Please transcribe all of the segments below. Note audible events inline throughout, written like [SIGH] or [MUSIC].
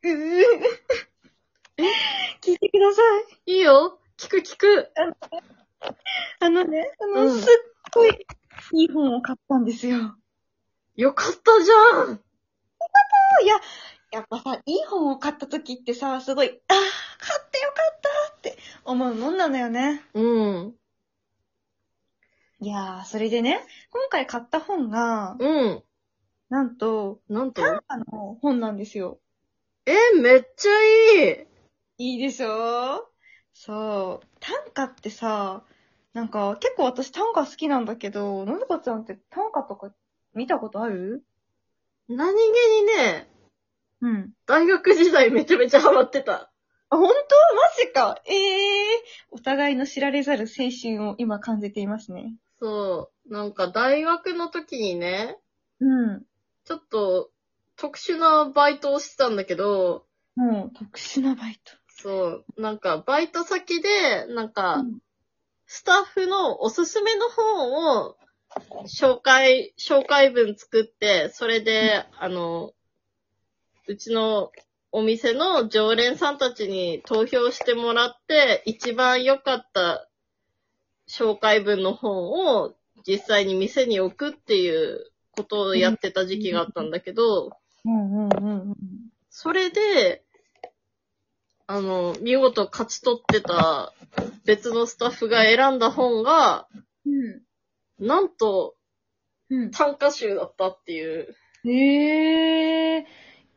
[LAUGHS] うー聞いてください。いいよ。聞く聞く。あのね、あの、うんすっごいいい本を買ったんですよ。もよかったじゃん。ういや、やっぱさ、いい本を買った時ってさ、すごい、ああ、買ってよかったって思うもんなのよね。うん。いやー、それでね、今回買った本が、うん。なんと、なんと。短歌の本なんですよ。え、めっちゃいい。いいでしょそう。短歌ってさ、なんか結構私短歌好きなんだけど、のずこちゃんって短歌とか見たことある何気にね、うん。大学時代めちゃめちゃハマってた。あ、本当マジかええお互いの知られざる青春を今感じていますね。そう。なんか大学の時にね、うん。ちょっと特殊なバイトをしてたんだけど、もう特殊なバイト。そう。なんかバイト先で、なんうかんスタッフのおすすめの本を紹介、紹介文作って、それで、あの、うちのお店の常連さんたちに投票してもらって、一番良かった紹介文の本を実際に店に置くっていうことをやってた時期があったんだけど、うんうんうんうん。それで、あの、見事勝ち取ってた別のスタッフが選んだ本が、うん。なんとうん。短歌集だったっていう。ええ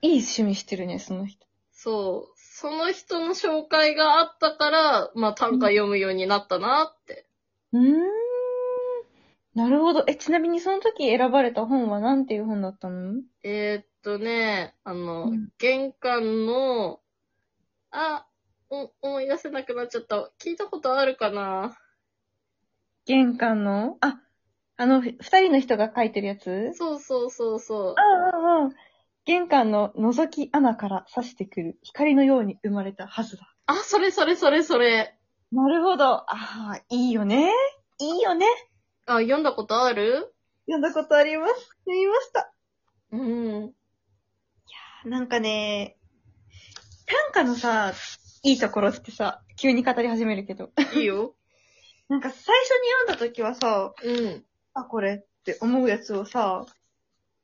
いい趣味してるね、その人。そう。その人の紹介があったから、まあ短歌読むようになったなって。うーん。なるほど。え、ちなみにその時選ばれた本は何ていう本だったのえー、っとね、あの、うん玄関の、あ、お思い出せなくなっちゃった。聞いたことあるかな玄関のあ、あの、ふ二人の人が書いてるやつそうそうそうそうあ。あ、ああ。玄関の覗き穴から差してくる光のように生まれたはずだ。あ、それそれそれそれ。なるほど。ああ、いいよね。いいよね。あ、読んだことある読んだことあります。読みました。うん。なんかね、短歌のさ、いいところってさ、急に語り始めるけど。いいよ。なんか最初に読んだ時はさ、うん。あ、これって思うやつをさ、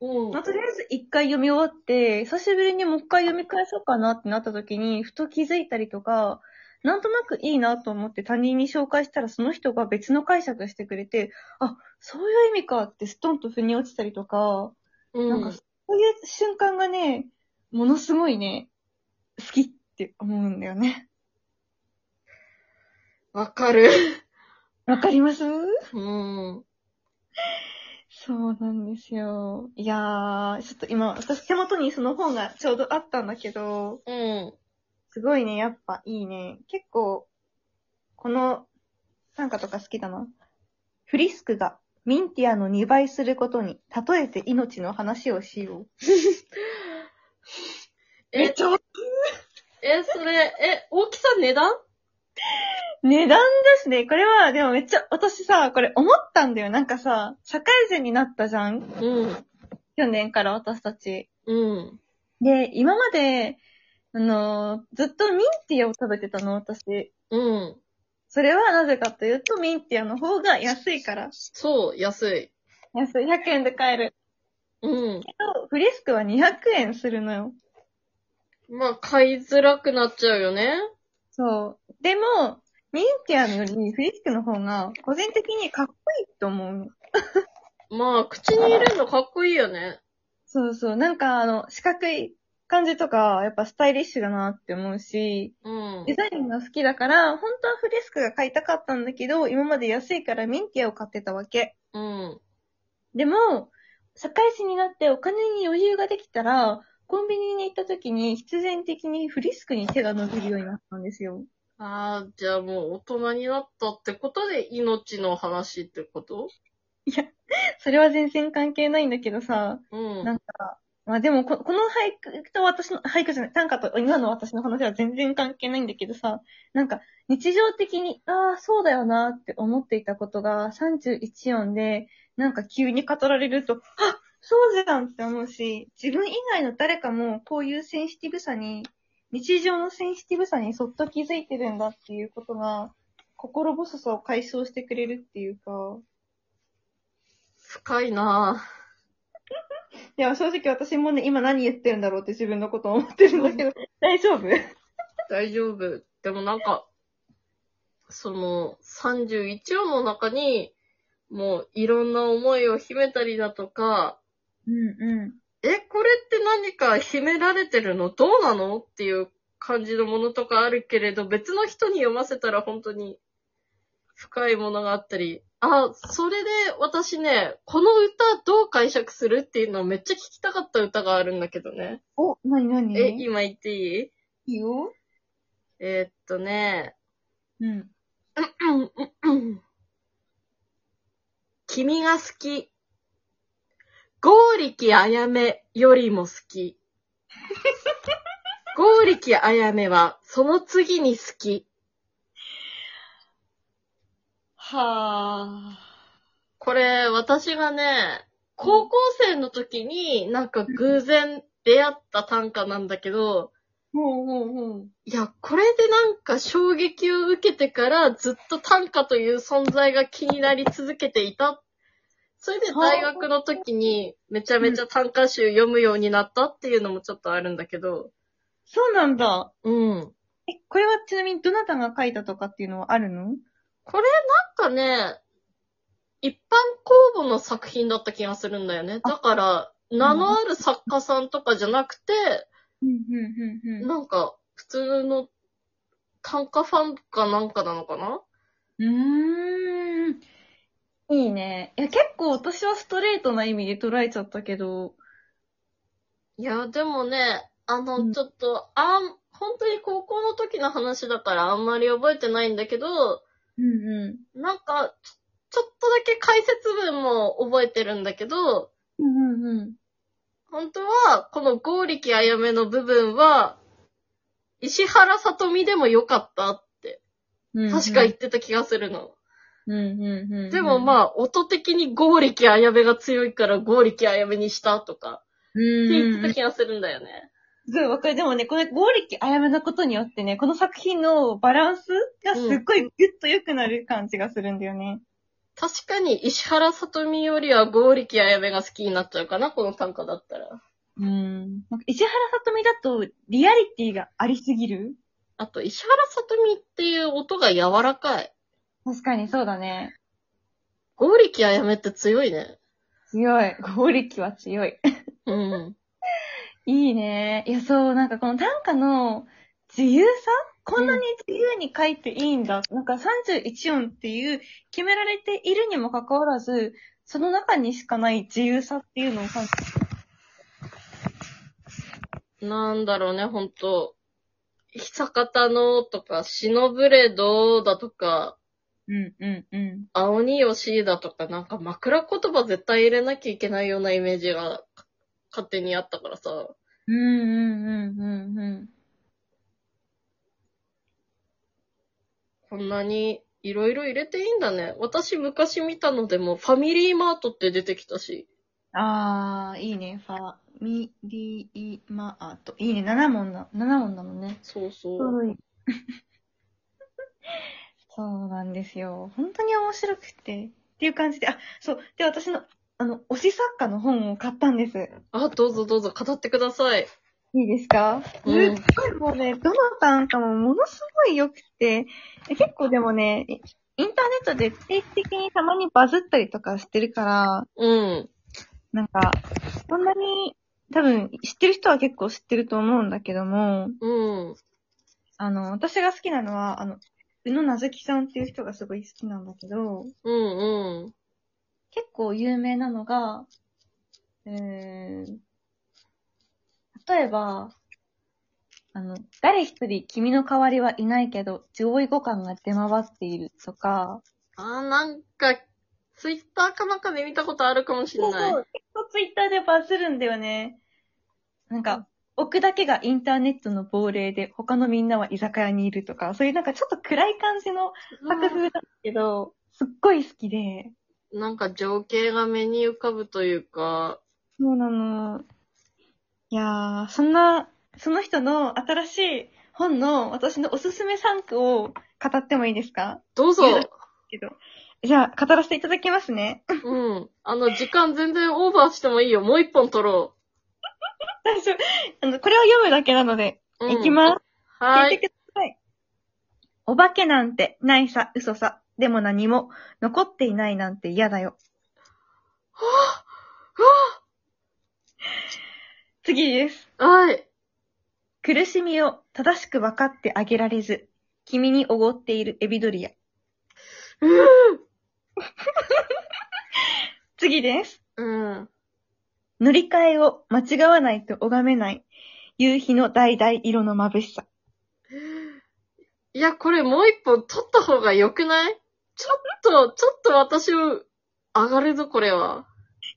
うん。まあ、とりあえず一回読み終わって、久しぶりにもう一回読み返そうかなってなった時に、ふと気づいたりとか、なんとなくいいなと思って他人に紹介したらその人が別の解釈してくれて、あ、そういう意味かってストンと腑に落ちたりとか、うなんかそういう瞬間がね、ものすごいね、好きって思うんだよね。わかる。 [LAUGHS] わかりますうん。そうなんですよ。いやー、ちょっと今、私手元にその本がちょうどあったんだけど、うん。すごいね、やっぱいいね。結構、この短歌とか好きだな。フリスクがミンティアの2倍することに、例えて命の話をし [LAUGHS] よう。え、ちゃえ、それ、え、大きさ値段値段ですね。これは、でもめっちゃ、私さ、これ思ったんだよ。なんかさ、社会人になったじゃんうん。去年から私たち。うん。で、今まで、あのーずっとミンティアを食べてたの、私。うん。それはなぜかというと、ミンティアの方が安いから。そう、安い。安い。100円で買える。うん。フリスクは200円するのよ。まあ、買いづらくなっちゃうよね。そう。でも、ミンティアよりフリスクの方が、個人的にかっこいいと思うの。まあ、口に入れるのかっこいいよね。そうそう。なんか、あの、四角い感じとか、やっぱスタイリッシュだなって思うし、うんデ。ザインが好きだから、本当はフリスクが買いたかったんだけど、今まで安いからミンティアを買ってたわけ。うん。でも、社会人になってお金に余裕ができたら、コンビニに行った時に必然的にフリスクに手が伸びるようになったんですよ。ああ、じゃあもう大人になったってことで命の話ってことそれは全然関係ないんだけどさ、うん。なんか、まあでもこ、この俳句と私の、俳句じゃない、短歌と今の私の話は全然関係ないんだけどさ、なんか、日常的に、ああ、そうだよなって思っていたことが31音で、なんか急に語られると、あそうじゃんって思うし、自分以外の誰かもこういうセンシティブさに日常のセンシティブさにそっと気づいてるんだっていうことが、心細さを解消してくれるっていうか、深いないや、正直私もね、今何言ってるんだろうって自分のことを思ってるんだけど、 [LAUGHS] 大丈夫ぁ大丈夫。でもなんか、その、31音の中に、もういろんな思いを秘めたりだとか、うんうん。え、これって何か秘められてるのどうなのっていう感じのものとかあるけれど、別の人に読ませたら本当に深いものがあったり、あ、それで私ね、この歌どう解釈するっていうのをめっちゃ聞きたかった歌があるんだけどね。お、なになにえ、い今言っていいいよ。えーっとね、うん。君が好き。剛力あやめよりも好き。 [LAUGHS] 剛力あやめは、その次に好き。はこれ、私がね、高校生の時になんか偶然出会った短歌なんだけど、ぁ。ほうほうほう。いや、これでなんか衝撃を受けてからずっと短歌という存在が気になり続けていた。それで大学の時にめちゃめちゃ短歌集読むようになったっていうのもちょっとあるんだけど。そうなんだ。うん。え、これはちなみにどなたが書いたとかっていうのはあるのこれなんかね、一般公募の作品だった気がするんだよね。だから、名のある作家さんとかじゃなくて、うん、うん、うなんか普通の短歌ファンかなんかなのかなうん。うーん。いいね。いや、結構私はストレートな意味で捉えちゃったけど、いや、でもね、あの、うんちょっと、あん、本当に高校の時の話だからあんまり覚えてないんだけど、うんうなんか、ちょちょっとだけ解説文も覚えてるんだけど、ん。うんうんうん。本当は、この剛力あやめの部分は、石原さとみでもよかったって、確か言っ。てた気がするの。うんうんうん。でもまあ、音的に剛力あやめが強いから剛力あやめにしたとか、うってんうん言ってた気がするんだよね。すごいわかる。でもね、この剛力あやめのことによってね、この作品のバランスがすっごいギュッと良くなる感じがするんだよね。確かに石原さとみよりは剛力あやめが好きになっちゃうかな、この短歌だったら。うん。なんか石原さとみだとリアリティがありすぎるあと、石原さとみっていう音が柔らかい。確かにそうだね。剛力あやめって強いね。強い。剛力は強い。うん。 [LAUGHS] いいね。いや、そう、なんかこの短歌の自由さこんなに自由に書いていいんだ。なんか31音っていう決められているにもかかわらず、その中にしかない自由さっていうのを感じなんだろうね、ほんと。久方のとか、忍ぶれどだとか、うん、うん、うん。青によしだとか、なんか枕言葉絶対入れなきゃいけないようなイメージが勝手にあったからさ。うんうんうんうんうん。こんなにいろいろ入れていいんだね。私昔見たのでもファミリーマートって出てきたし。あー、いいね。ファミリーマート。いいね。7問だ。7問だもんね。そうそう。はい。 [LAUGHS] そうなんですよ。本当に面白くて。っていう感じで、あ、そう。で、私の、あの、推し作家の本を買ったんです。あ、どうぞどうぞ語ってください。いいですかすうっんごいもうね、どの短歌もものすごい良くて、え結構でもね、インターネットで定期的にたまにバズったりとかしてるから、うん。なんか、そんなに、多分、知ってる人は結構知ってると思うんだけども、うん。あの、私が好きなのは、あの、宇野なずきさんっていう人がすごい好きなんだけど、うんうん。結構有名なのが、うーん、例えば、あの、誰一人君の代わりはいないけど、上位互換が出回っているとか、あ、なんか、ツイッターかなんかで見たことあるかもしんない。そう、結構ツイッターでバズるんだよね。なんか、僕だけがインターネットの亡霊で、他のみんなは居酒屋にいるとか、そういうなんかちょっと暗い感じの作風なんだけど、すっごい好きで。なんか情景が目に浮かぶというか、そうなの。いやー、そんなその人の新しい本の私のおすすめ3句を語ってもいいですかどうぞ。けど。じゃあ、語らせていただきますね。うん。あの、時間全然オーバーしてもいいよ。もう一本取ろ [LAUGHS] 大丈夫。あの、これを読むだけなので、う。うんいきます。。は聞いい。てください。お化けなんてないさ、嘘さ。でも何も残っていないなんて嫌だよ。次です。はい。苦しみを正しく分かってあげられず、君におごっているエビドリア。次です。うん。乗り換えを間違わないと拝めない、夕日の橙色の眩しさ。いや、これもう一本取った方が良くないちょっと、ちょっと私を上がるぞ、これは。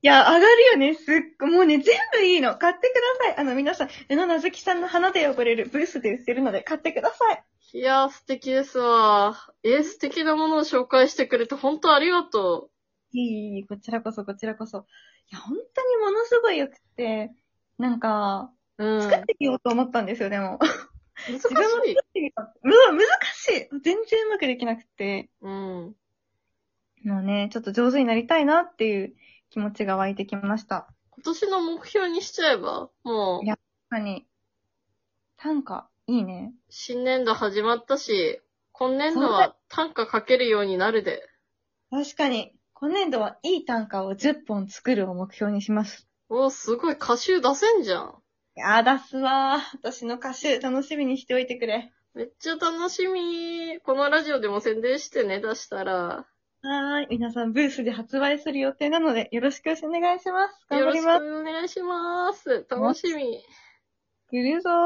いや、上がるよね。すっごもうね、全部いいの。買ってください。あの、皆さん、宇野なずきさんの花で汚れるブースで売ってるので、買ってください。いやー、素敵ですわ。えー素敵なものを紹介してくれて本当ありがといい、こちらこそ、こちらこそ。いや、本当にものすごい良くて、なんか、う。うん。作っ難てみようと思ったんですよ、でも。 [LAUGHS] し自分もい。うわ、難しい全然うまくできなくて。うん。もうね、ちょっと上手になりたいなっていう気持ちが湧いてきました。今年の目標にしちゃえば、もいやう、確かに。短歌、いいね。新年度始まったし、今年度は短歌書けるようになるで。確かに。今年度はいい短歌を10本作るを目標にします。おー、すごい歌集出せんじゃん。やだすわー。私の歌手、楽しみにしておいてくれ。めっちゃ楽しみ。このラジオでも宣伝してね、出したら。はーい。皆さん、ブースで発売する予定なので、よろしくお願いします。頑よ張ろりしくます。お願いします。楽しみ。来るぞー。